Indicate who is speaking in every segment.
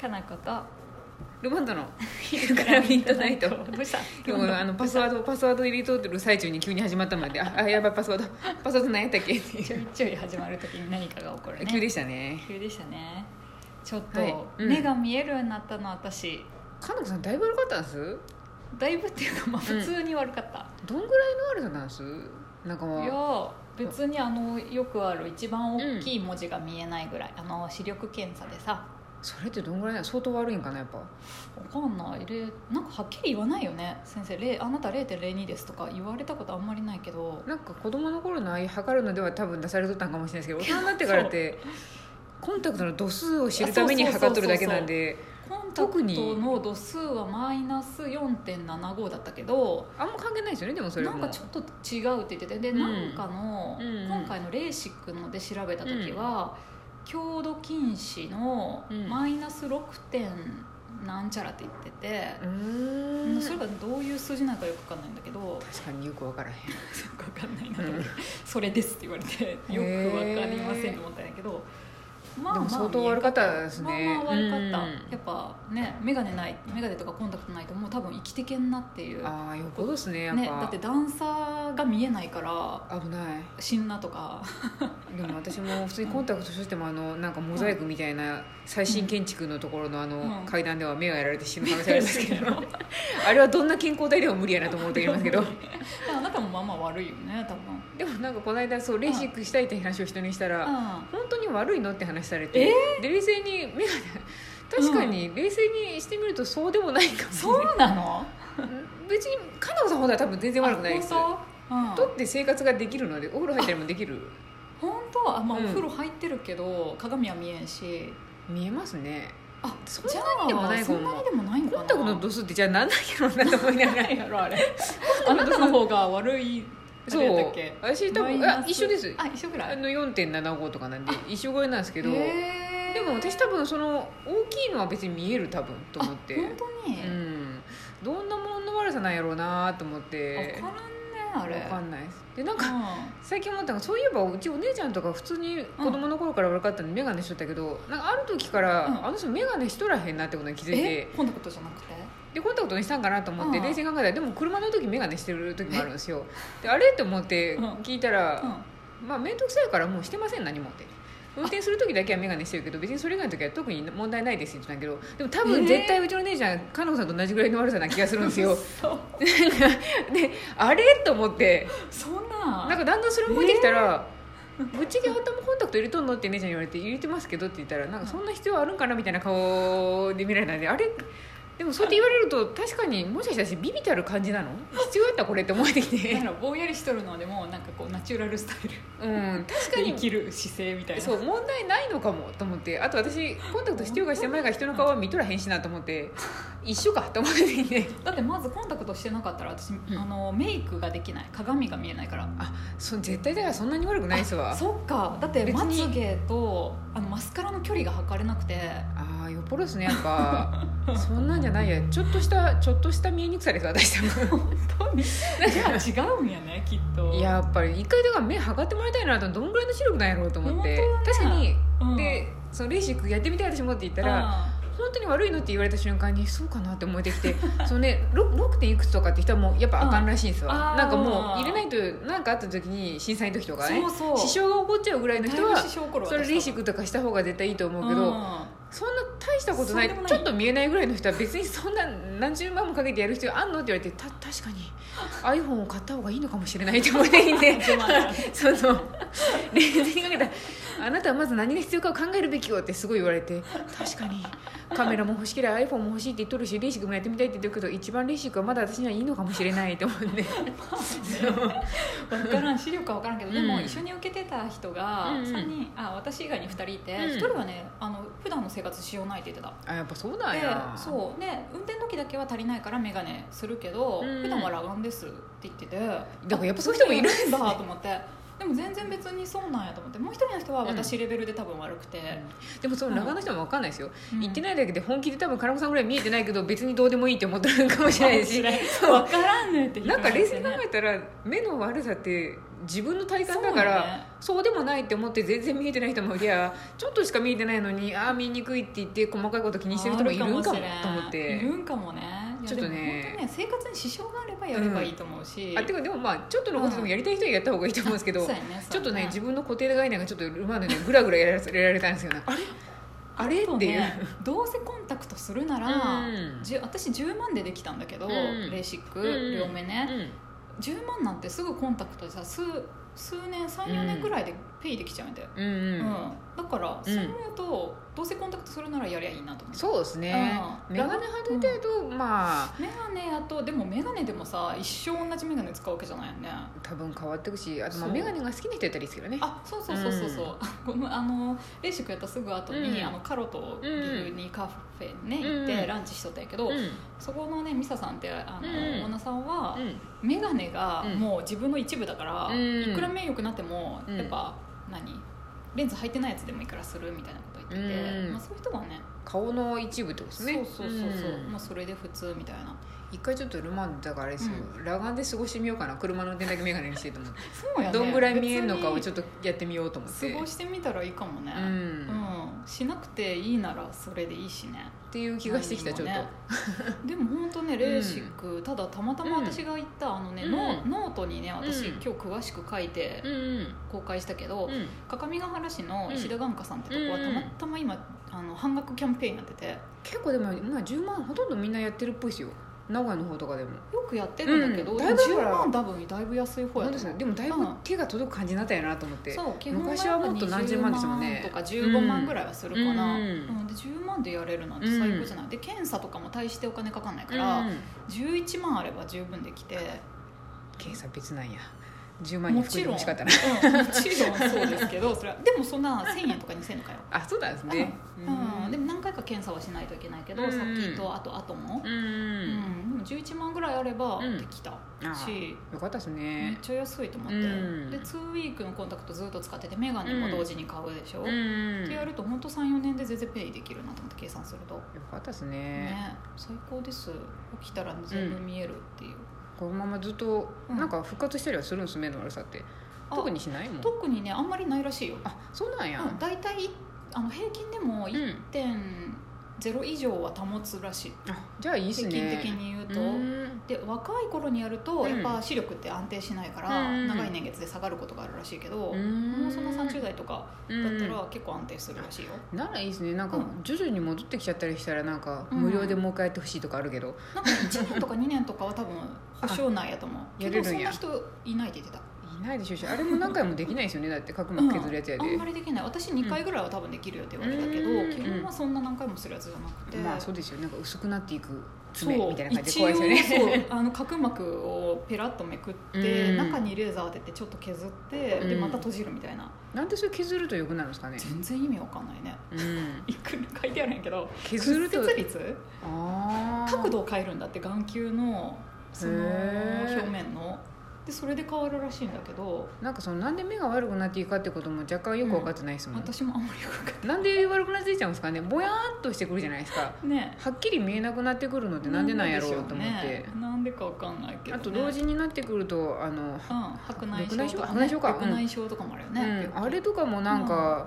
Speaker 1: かなこと
Speaker 2: ルマンドの
Speaker 1: 昼
Speaker 2: からミッドナイト
Speaker 1: どうした
Speaker 2: 今日あのパスワードパスワード入れとってる最中に急に始まったのでああやばいパスワードパスワード何やったっけって
Speaker 1: ちょいちょい始まる時に何かが起こるね
Speaker 2: 急でしたね
Speaker 1: 急でしたねちょっと、
Speaker 2: はいうん
Speaker 1: 目が見えるようになったの私
Speaker 2: かなこさんだいぶ悪かったんす
Speaker 1: だいぶっていうかまあ普通に悪かった、
Speaker 2: どんぐらいの悪さなんすなんか
Speaker 1: い
Speaker 2: まあ
Speaker 1: や別にあのよくある一番大きい文字が見えないぐらい、あの視力検査でさ
Speaker 2: それってどんぐらい相当悪いんかなやっぱ
Speaker 1: わかんないれなんかはっきり言わないよね先生れいあなた0.02ですとか言われたことあんまりないけど
Speaker 2: なんか子供の頃のああいう測るのでは多分出されとったんかもしれないですけど大人になってからってコンタクトの度数を知るために測っとるだけなんで
Speaker 1: コンタ
Speaker 2: 特
Speaker 1: ク
Speaker 2: に
Speaker 1: トの度数はマイナス4.75だったけど
Speaker 2: あんま関係ないですよねでもそれ
Speaker 1: な
Speaker 2: も
Speaker 1: んかちょっと違うって言っててで、
Speaker 2: うん
Speaker 1: なんかの、
Speaker 2: うん
Speaker 1: 今回のレーシックので調べた時は、強度近視の
Speaker 2: うん
Speaker 1: マイナス6点なんちゃらって言ってて、
Speaker 2: うー
Speaker 1: うんんそれがどういう数字なのかよくわかんないんだけど よ
Speaker 2: 確かによく分からへん
Speaker 1: くわかんないな、
Speaker 2: うん
Speaker 1: それですって言われてよくわかりませんと思ったんだけど、ま
Speaker 2: でも相当悪かったですね
Speaker 1: まあまあ悪かった、
Speaker 2: うん
Speaker 1: やっぱね眼鏡ない眼鏡とかコンタクトないともう多分生きてけんなっていう
Speaker 2: ああよっぽどですねやっぱ、
Speaker 1: ね、だって段差が見えないから
Speaker 2: 危ない
Speaker 1: 死んだとか
Speaker 2: でも私も普通にコンタクトとしてもあのなんかモザイクみたいな最新建築のところのあ
Speaker 1: う
Speaker 2: の
Speaker 1: ん
Speaker 2: 階段では目がやられて死ぬ可能性あります けど あれはどんな健康体でも無理やなと思うときありますけど
Speaker 1: あなたもまあまあ悪いよね多分
Speaker 2: でもなんかこの間そうレーシックしたいって話を人にしたら、
Speaker 1: あ
Speaker 2: 本当に悪いのって話されて、で冷静に眼鏡確かに冷静にしてみるとそうでもないかもしれ
Speaker 1: そうなの
Speaker 2: ない、別に加藤さんほどは多分全然悪くないです
Speaker 1: あ本当、
Speaker 2: 取って生活ができるのでお風呂入ったりもできる
Speaker 1: うん、本当あまあ、
Speaker 2: うん
Speaker 1: お風呂入ってるけど鏡は見えんし
Speaker 2: 見えますね
Speaker 1: あ
Speaker 2: そんなにでもないか
Speaker 1: じゃ
Speaker 2: も
Speaker 1: あそんなにでもないんか
Speaker 2: コ
Speaker 1: な
Speaker 2: ンタクトの度数ってじゃあ何だけなんだと思いながら
Speaker 1: ないやろあれあなたの方が悪いあ
Speaker 2: そ
Speaker 1: れだっ
Speaker 2: う
Speaker 1: け
Speaker 2: 私多
Speaker 1: マイ
Speaker 2: 分
Speaker 1: ナ
Speaker 2: あ
Speaker 1: ス
Speaker 2: 一緒です
Speaker 1: あ一緒ぐら
Speaker 2: あ
Speaker 1: い
Speaker 2: の4.75とかなんで一緒超えなんですけど、
Speaker 1: へー
Speaker 2: でも私多分その大きいのは別に見える多分と思って
Speaker 1: あ本当に、
Speaker 2: うんどんなものの悪さなんやろうなと思って
Speaker 1: 分からんね
Speaker 2: わ
Speaker 1: あ
Speaker 2: か
Speaker 1: れ
Speaker 2: んないですでなんか最近思ったのがそういえばうちお姉ちゃんとか普通に子供の頃から悪かったのに眼鏡しとったけどなんかある時から、
Speaker 1: うん
Speaker 2: あの人眼鏡しとらへんなってことに気
Speaker 1: うん、
Speaker 2: づいて
Speaker 1: えコンタクトじゃなくて
Speaker 2: でコンタクトにしたんかなと思って
Speaker 1: うん
Speaker 2: 冷静に考えたらでも車の時眼鏡してる時もあるんですよであれって思って
Speaker 1: うん
Speaker 2: 聞いた
Speaker 1: う
Speaker 2: ら
Speaker 1: ん
Speaker 2: まあ面倒くさいからもうしてません何もって運転する時だけは眼鏡してるけど別にそれ以外の時は特に問題ないですって言ってたけどでも多
Speaker 1: え
Speaker 2: 分
Speaker 1: ー
Speaker 2: 絶対うちの姉ちゃんかのこさんと同じぐらいの悪さな気がするんです よ
Speaker 1: そう
Speaker 2: であれと思って
Speaker 1: そんな
Speaker 2: なんかだんだんそれも向いてきたら「ぶっちゃけ頭コンタクト入れとんの?」って姉ちゃんに言われて「入れてますけど」って言ったら「なんかそんな必要あるんかな?」みたいな顔で見られたんであれでもそうやって言われると確かにもしかしたらビビたる感じなの必要やったこれって思えてき
Speaker 1: だか
Speaker 2: て
Speaker 1: らぼんやりしとるのでもうなんかこうナチュラルスタイル
Speaker 2: うん確か
Speaker 1: 生
Speaker 2: に
Speaker 1: きる姿勢みたいな
Speaker 2: そう問題ないのかもと思ってあと私コンタクトしてようがしてまいが人の顔は見とらへんしなと思 って一緒かと思ってきて
Speaker 1: だってまずコンタクトしてなかったら私、
Speaker 2: ん
Speaker 1: あのメイクができない鏡が見えないから
Speaker 2: そ絶対だからそんなに悪くないっす わ
Speaker 1: あそっかだって
Speaker 2: 別
Speaker 1: ま
Speaker 2: に
Speaker 1: つげとあのマスカラの距離が測れなくて
Speaker 2: ああよっぽどですねやっぱそんなんじゃないやちょっとしたちょっとした見えにくさです私多分
Speaker 1: 本当にじゃあ違うんやねきっと
Speaker 2: いややっぱり一回だから目測ってもらいたいなとどんぐらいの視力なんやろうと思って、
Speaker 1: 本当
Speaker 2: 確
Speaker 1: だ
Speaker 2: かに、
Speaker 1: うん
Speaker 2: でそのレーシックやってみたい私もって言ったら、本当に悪いのって言われた瞬間にそうかなって思えて きてそのね 6, 6点いくつとかって人はもうやっぱあかんらしいんですわ、
Speaker 1: うんあー
Speaker 2: なんかもう入れないとなんかあった時に震災の時と
Speaker 1: う
Speaker 2: か
Speaker 1: ん
Speaker 2: ね
Speaker 1: そうそう
Speaker 2: 支障が起こっちゃうぐらいの人は
Speaker 1: だいぶ支障起こるわ
Speaker 2: それレーシックとかした方が絶対いいと思うけど、そんな大したことない
Speaker 1: そうでもない
Speaker 2: ちょっと見えないぐらいの人は別にそんな何十万もかけてやる必要あんのって言われてた確か に iPhone を買った方がいいのかもしれないと思っていて
Speaker 1: 10万円
Speaker 2: その冷静にかけたらあなたはまず何が必要かを考えるべきよってすごい言われて確かにカメラも欲しければ iPhone も欲しいって言っとるしレーシックもやってみたいって言ってるけど一番レーシックはまだ私にはいいのかもしれないと思って
Speaker 1: 分からん視力は分からんけど、で
Speaker 2: う
Speaker 1: も
Speaker 2: ん
Speaker 1: 一緒に受けてた人が
Speaker 2: うんうん
Speaker 1: 3人、あ私以外に2人いて、
Speaker 2: うん
Speaker 1: 1人はねあの普段の生活しようないって言ってた
Speaker 2: あやっぱそうなん
Speaker 1: で
Speaker 2: や
Speaker 1: そうで運転の時だけは足りないから眼鏡するけど、
Speaker 2: うん
Speaker 1: 普段は裸眼ですって言っててだ
Speaker 2: からやっぱそういう人もいるんですね
Speaker 1: だと思ってでも全然別にそうなんやと思ってもう一人の人は
Speaker 2: うん
Speaker 1: 私レベルで多分悪くて、
Speaker 2: でもその中の人も分かんないですよ、
Speaker 1: うん
Speaker 2: 言ってないだけで本気で多分金子さんぐらい見えてないけど別にどうでもいいって思ってるかもしれないし
Speaker 1: 面白い
Speaker 2: そう
Speaker 1: 分からんねんって
Speaker 2: なんか冷静に考
Speaker 1: え
Speaker 2: えたら目の悪さって自分の体感だから
Speaker 1: そ
Speaker 2: そう
Speaker 1: う,、ね
Speaker 2: でもないって思って全然見えてない人もいりゃ ちょっとしか見えてないのにああ見えにくいって言って細かいこと気にしてる人もいるんかもと思っ
Speaker 1: い
Speaker 2: て
Speaker 1: るんかもねいや
Speaker 2: ちょっとね
Speaker 1: でも本当ね生活に支障があればやればいいと思うし、
Speaker 2: あてかでもまあちょっとのことでもやりたい人はやった方がいいと思うんですけど、
Speaker 1: そうやねそうやね
Speaker 2: ちょっとね自分の固定概念がちょっとうまいのでグラグラやられたんです よねあれあれ
Speaker 1: と
Speaker 2: っていう、
Speaker 1: ねどうせコンタクトするなら、
Speaker 2: うん
Speaker 1: じゅ私10万でできたんだけど、
Speaker 2: うん
Speaker 1: レーシック、
Speaker 2: うん
Speaker 1: 両目ね、10万なんてすぐコンタクトでさ数数年34年くらいでペイできちゃうんだよ、
Speaker 2: うんう
Speaker 1: う
Speaker 2: んうんん、
Speaker 1: だからそう思うと、どうせコンタクトするならやりゃいいなと思って
Speaker 2: そうですね
Speaker 1: うん
Speaker 2: メガネ外れたと、まあ
Speaker 1: メガネやとでもメガネでもさ一生同じメガネ使うわけじゃないよね
Speaker 2: 多分変わってくしあとまあ
Speaker 1: そう
Speaker 2: メガネが好きな人やったらいいですけどね
Speaker 1: あそうそうそうそうそう、 ごめんあのレーシックやったすぐ後に、
Speaker 2: うん
Speaker 1: あのカロとビルにカフェにね、行っ
Speaker 2: うん
Speaker 1: て
Speaker 2: うん
Speaker 1: ランチしとったんやけど、
Speaker 2: うん
Speaker 1: そこのねミサさんってあの、
Speaker 2: うん
Speaker 1: オーナーさんは、
Speaker 2: うん
Speaker 1: メガネが
Speaker 2: うん
Speaker 1: もう自分の一部だから、
Speaker 2: うん
Speaker 1: いくら目良くなっても、
Speaker 2: うん
Speaker 1: やっぱ何レンズ入ってないやつでもいいからするみたいなこと言ってて、
Speaker 2: うん
Speaker 1: まあ、そういう人はね
Speaker 2: 顔の一部ってことですね
Speaker 1: そうそうそうそう、
Speaker 2: ん
Speaker 1: もうそれで普通みたいな
Speaker 2: 一回ちょっとルマンドだからあれですよ、裸眼で過ごしてみようかな車の運転だけメガネにしてと思 って、
Speaker 1: そうやね
Speaker 2: どんぐらい見えるのかをち
Speaker 1: ょっ
Speaker 2: ょっとやってみようと思って
Speaker 1: 過ごしてみたらいいかもね、
Speaker 2: うん、
Speaker 1: うんしなくていいならそれでいいしね
Speaker 2: っていう気がしてきたちょっと、
Speaker 1: 何でも本当ねレーシック、ただたまたま私が言ったあのね、
Speaker 2: うん
Speaker 1: ノノートにね私、
Speaker 2: う
Speaker 1: 今
Speaker 2: ん
Speaker 1: 日詳しく書いて
Speaker 2: うんうん
Speaker 1: 公開したけど、
Speaker 2: うん
Speaker 1: 各務原市の石田眼科さんってとこは
Speaker 2: うん
Speaker 1: た
Speaker 2: うん
Speaker 1: またま今、あの半額キャンペーンやっててよ
Speaker 2: 結構でも、まあ、10万ほとんどみんなやってるっぽいですよ名古屋の方とかでも
Speaker 1: くやってるんだけど、
Speaker 2: うん
Speaker 1: で
Speaker 2: だい
Speaker 1: も
Speaker 2: ぶほら
Speaker 1: 10万多分だいぶ安い方
Speaker 2: 本
Speaker 1: やと
Speaker 2: 当です
Speaker 1: 思
Speaker 2: ね
Speaker 1: う
Speaker 2: でもだいぶ
Speaker 1: うん
Speaker 2: 手が届く感じになったんやなと思って
Speaker 1: そう基本
Speaker 2: 昔はもっと何十万でしたもんね
Speaker 1: 20万とか15
Speaker 2: う
Speaker 1: 万
Speaker 2: ん
Speaker 1: ぐらいはするかな、
Speaker 2: う
Speaker 1: うんんで10万でやれるなんて最高じゃない、で検査とかも大してお金かかんないから、
Speaker 2: うん
Speaker 1: 11万あれば十分できて、
Speaker 2: 計算別なんや10万に
Speaker 1: も
Speaker 2: 含
Speaker 1: ち
Speaker 2: んで
Speaker 1: ろん、
Speaker 2: ほ
Speaker 1: うん、も
Speaker 2: し
Speaker 1: ち
Speaker 2: か
Speaker 1: ろ
Speaker 2: った
Speaker 1: ん
Speaker 2: な
Speaker 1: そうですけどそれ はでもそんな1000円とか2000円とかよ
Speaker 2: あそうなんですね
Speaker 1: うん、でも何回か検査はしないといけないけど、
Speaker 2: うん
Speaker 1: さっきとあとあとも、
Speaker 2: うん、
Speaker 1: うんでも11万ぐらいあれば
Speaker 2: うん
Speaker 1: できた
Speaker 2: あ
Speaker 1: し、
Speaker 2: よかったです
Speaker 1: めっ
Speaker 2: ね
Speaker 1: ちゃ安いと思って、
Speaker 2: うん
Speaker 1: で2ウィークのコンタクトずっと使っててメガネも同時に買うでしょ、
Speaker 2: う
Speaker 1: っ
Speaker 2: ん
Speaker 1: てや
Speaker 2: よ
Speaker 1: ると本当34年で全然ペイできるなと思って計算すると、
Speaker 2: かったですね
Speaker 1: ね最高です起きたら全部見えるっていう、
Speaker 2: このままずっと
Speaker 1: うん
Speaker 2: なんか復活したりはするんです目の悪さって
Speaker 1: あ
Speaker 2: 特にしないもん
Speaker 1: 特にねあんまりないらしいよ、
Speaker 2: あそうなんや
Speaker 1: うん、大体いあの平均でも
Speaker 2: うん
Speaker 1: 1.0以上は保つらしい、
Speaker 2: あじゃあいいっす
Speaker 1: 平
Speaker 2: ね
Speaker 1: 均的に言うと、
Speaker 2: うん
Speaker 1: で若い頃にやると
Speaker 2: うん
Speaker 1: やっぱ視力って安定しないから、
Speaker 2: うん
Speaker 1: 長い年月で下がることがあるらしいけど、
Speaker 2: うん
Speaker 1: もうその30代とかだった
Speaker 2: う
Speaker 1: ら結構安定するらしいよ、
Speaker 2: んならいいですねなんか
Speaker 1: うん
Speaker 2: 徐々に戻ってきちゃったりしたらなんか
Speaker 1: うん
Speaker 2: 無料でもう一回やってほしいとかあるけど、
Speaker 1: なんか1年とか2年とかは多分保証内やと思う
Speaker 2: や
Speaker 1: け
Speaker 2: れ
Speaker 1: ど
Speaker 2: る
Speaker 1: そ
Speaker 2: ん
Speaker 1: んな
Speaker 2: や
Speaker 1: 人いないって言ってた、
Speaker 2: いないでしょうしあれも何回もできないですよねだって角
Speaker 1: うん、
Speaker 2: 膜削るやつやで、
Speaker 1: あんまりできない私2回ぐらいは多分できるよって言われたけど、
Speaker 2: うん
Speaker 1: 基本はそんな何回もするやつじゃなくて、
Speaker 2: まあそうですよなんか薄くなっていく爪
Speaker 1: そう
Speaker 2: みたいな感じで怖いですよ
Speaker 1: 一応
Speaker 2: ね
Speaker 1: そうあの角膜をペラッとめくって、
Speaker 2: うん
Speaker 1: 中にレーザー当ててちょっと削って、で
Speaker 2: うん
Speaker 1: また閉じるみたいな
Speaker 2: なんでそれ削るとよくなるんですかね、
Speaker 1: 全然意味わかんないね
Speaker 2: うん、
Speaker 1: いくら書いてあるんやけど
Speaker 2: 削ると
Speaker 1: 屈折率
Speaker 2: あー
Speaker 1: 角度を変えるんだって眼球のその
Speaker 2: へー
Speaker 1: 表面のでそれで変わるらしいんだけど
Speaker 2: なんかそのなんで目が悪くなっていいかってことも若干よく分かってないですもん、
Speaker 1: 私もあんまりよくわかん
Speaker 2: なんで悪くなっていっちゃうんですかねぼやーっとしてくるじゃないですか
Speaker 1: ないね
Speaker 2: はっきり見えなくなってくるのってなんでなんやろうと思って、
Speaker 1: なんででしょうねなんでかわかんないけど、
Speaker 2: あ
Speaker 1: ね、
Speaker 2: と同時になってくるとあの、
Speaker 1: うん白内
Speaker 2: 緑内
Speaker 1: 障
Speaker 2: 障
Speaker 1: とか、
Speaker 2: 白内障かうん
Speaker 1: 白内障とかもあるよね、
Speaker 2: うん、あれとかもなんか、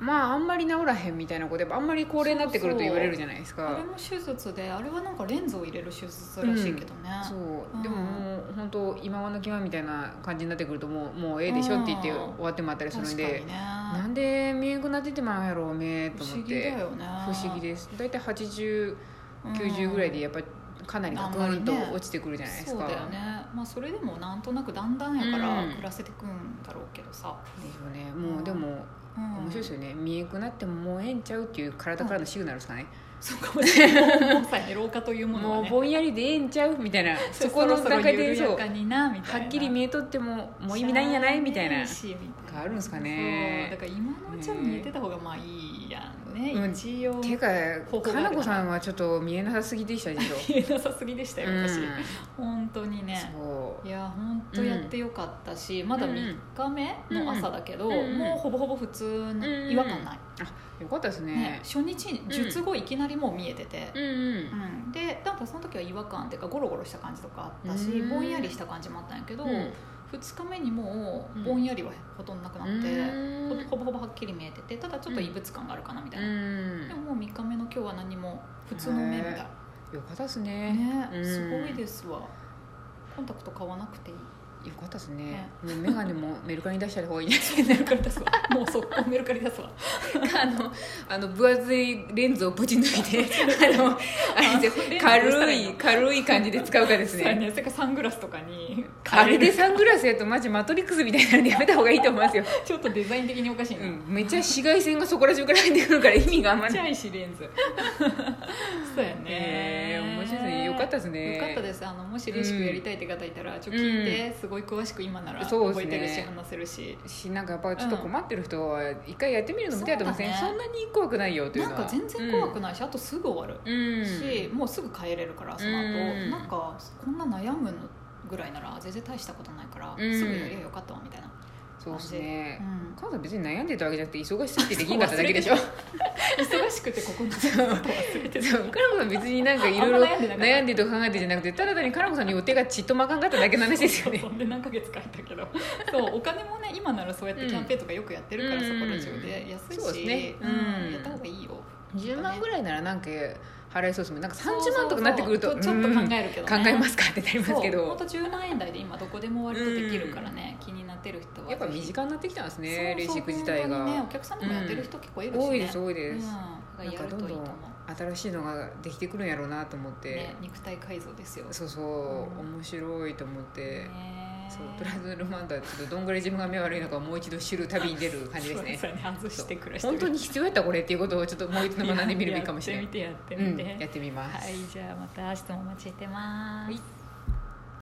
Speaker 2: まああんまり治らへんみたいなことやっぱあんまり高齢になってくると言われるじゃないです
Speaker 1: あれ
Speaker 2: か
Speaker 1: も手術であれはなんかレンズを入れる手術らしいけどね、
Speaker 2: そう
Speaker 1: うん
Speaker 2: でももう本当今はの際みたいな感じになってくるともうもうええでしょって言って
Speaker 1: うん
Speaker 2: 終わってもらったりするん
Speaker 1: 確か
Speaker 2: で
Speaker 1: にね、
Speaker 2: なんで見えんくなっててまうんやろう目と
Speaker 1: 不
Speaker 2: 思
Speaker 1: 思
Speaker 2: っ
Speaker 1: 議だ
Speaker 2: て
Speaker 1: よね
Speaker 2: 不思議です大体8090ぐらいでやっぱりかなりガクンと
Speaker 1: あんまりね
Speaker 2: 落ちてくるじゃないです
Speaker 1: そう
Speaker 2: か、
Speaker 1: だよねまあそれでもなんとなくだんだんやから
Speaker 2: うん
Speaker 1: 暮らせてくんだろうけどさ、
Speaker 2: ですよねもうでも
Speaker 1: うん
Speaker 2: 面白いですよね見えんくなってももうええんちゃうっていう体からのシグナルですかね、
Speaker 1: そうかもしれないまさに老化というものは
Speaker 2: もう
Speaker 1: ね
Speaker 2: ぼんやりでええんちゃうみた いなそこの
Speaker 1: ろろ
Speaker 2: 段階で
Speaker 1: 緩
Speaker 2: そう
Speaker 1: やかになみた
Speaker 2: はい
Speaker 1: な
Speaker 2: っきり見えとってももう意味ないんやないみたい
Speaker 1: しゃあね
Speaker 2: な
Speaker 1: えしみたいな
Speaker 2: があるんすかね
Speaker 1: そうだから今のうちは見えてた方がまあいいやんね、
Speaker 2: うん
Speaker 1: 一応
Speaker 2: ていう
Speaker 1: 見
Speaker 2: か
Speaker 1: 方法がある
Speaker 2: か
Speaker 1: な
Speaker 2: なこさんはちょっと見えなさすぎでしたでしょ
Speaker 1: えなさすぎでしたよ私、
Speaker 2: うん
Speaker 1: 本当にね
Speaker 2: そ
Speaker 1: いや本当やってよかったし、まだ
Speaker 2: うん
Speaker 1: 3日目の朝だけど、
Speaker 2: うんうん
Speaker 1: もうほぼほぼ普通の
Speaker 2: うん
Speaker 1: 違和感ない、
Speaker 2: うよかったですね
Speaker 1: ね、初日術後いきなりもう見えてて、
Speaker 2: うんうん
Speaker 1: うんでなんかその時は違和感っていうかゴロゴロした感じとかあったし、
Speaker 2: うん
Speaker 1: ぼんやりした感じもあったんやけど、
Speaker 2: うん
Speaker 1: 2日目にも
Speaker 2: う
Speaker 1: うんぼんやりはほとんどなくなって、
Speaker 2: うん
Speaker 1: ほぼほぼはっきり見えててただちょっと異物感があるかなみたいうな、
Speaker 2: ん
Speaker 1: でももう3日目の今日は何も普通の目みたいね
Speaker 2: よかったですねうん
Speaker 1: すごいですわコンタクト買わなくていい
Speaker 2: よかったです
Speaker 1: ね
Speaker 2: ねもう眼鏡もメルカリに出した方がいいね
Speaker 1: メルカリ出すわもう速攻メルカリ出すわ
Speaker 2: あのあの分厚いレンズをぶち抜 いてあのあれですよ
Speaker 1: あレンズどうしたら
Speaker 2: 軽
Speaker 1: いいの
Speaker 2: い軽い感じで使うかで す
Speaker 1: そうや
Speaker 2: ね
Speaker 1: ねそれかサングラスとかに
Speaker 2: あれで
Speaker 1: す
Speaker 2: サングラスやとマジマトリックスみたいなんでやめた方がいいと思い ますよ、
Speaker 1: ちょっとデザイン的におかしいな、
Speaker 2: うん、めっちゃ紫外線がそこら中から入ってくるから意味があん
Speaker 1: ち
Speaker 2: ま
Speaker 1: っち
Speaker 2: ない
Speaker 1: ゃいしレン ズそうやね
Speaker 2: えー面白いですねよかったですね
Speaker 1: よかったですあのもしレシピやりたいって方いたら、ちょっと聞いて、すごい詳しく今なら
Speaker 2: そう
Speaker 1: 覚
Speaker 2: で
Speaker 1: え
Speaker 2: す
Speaker 1: て
Speaker 2: ね
Speaker 1: るし、話せるし
Speaker 2: しなんかやっぱちょっと困ってる人は一回やってみるのもいいだと思いますね,、
Speaker 1: そ
Speaker 2: そ
Speaker 1: うん
Speaker 2: なに怖くないよという
Speaker 1: な
Speaker 2: の
Speaker 1: ん
Speaker 2: は
Speaker 1: か全然怖くないし、あとすぐ終わ
Speaker 2: うん、う
Speaker 1: る
Speaker 2: ん
Speaker 1: し、もうすぐ帰れるからその後、
Speaker 2: うん
Speaker 1: なんかこんな悩むのぐらいなら全然大したことないから、
Speaker 2: うん
Speaker 1: すぐやりゃよかったわみたいな、
Speaker 2: そうですね
Speaker 1: うん
Speaker 2: 母さん別に悩んでたわけじゃなくて忙しくてできなかっただけでしょ
Speaker 1: 忙しくてここに 来たこと忘れてた
Speaker 2: そうかなこさん別になんかいろいろ
Speaker 1: あんま悩んでなかった
Speaker 2: 悩んでとか考えてじゃなくてただ単にかなこさんに予定がちっとまかんかっただけの話ですよね
Speaker 1: そうそうで何ヶ月かいたけどそうお金もね今ならそうやってキャンペーンとかよくやってるから、
Speaker 2: うん
Speaker 1: そこら中で安いし
Speaker 2: そうですね
Speaker 1: うん
Speaker 2: うん
Speaker 1: やった方がいいよ
Speaker 2: 10万ぐらいならなんか払いそうですもんなんか
Speaker 1: そうそうそ
Speaker 2: 30
Speaker 1: う
Speaker 2: 万とかなってくると
Speaker 1: ちょちょっと考
Speaker 2: うん
Speaker 1: えるけど、
Speaker 2: 考えますすかってなりますけ
Speaker 1: 本
Speaker 2: ど
Speaker 1: 当10万円台で今どこでも割とできるからね、気になってる人は
Speaker 2: やっぱ身近になってきたんですねレーシック自体
Speaker 1: そうそう本当にね
Speaker 2: が
Speaker 1: お客さんでもやってる人結構いるし、ね
Speaker 2: 多いです多い
Speaker 1: うん
Speaker 2: です
Speaker 1: だからやるといいと思う
Speaker 2: なんか新しいのができてくるんやろうなと思って、
Speaker 1: ね、肉体改造ですよ
Speaker 2: そうそう、
Speaker 1: うん
Speaker 2: 面白いと思って、
Speaker 1: ね
Speaker 2: そうとりあえずルマンダはちょっとどんぐらい自分が目悪いのかもう一度知る旅に出る感じですね
Speaker 1: そうそうね外して暮らして
Speaker 2: 本当に必要やったこれっていうことをちょっともう一度学んでみるべきかもしれない
Speaker 1: やってみてやって
Speaker 2: う
Speaker 1: み
Speaker 2: ん
Speaker 1: て、
Speaker 2: やってみます、
Speaker 1: はい、じゃあまた明日もお待ちしてます。
Speaker 2: はい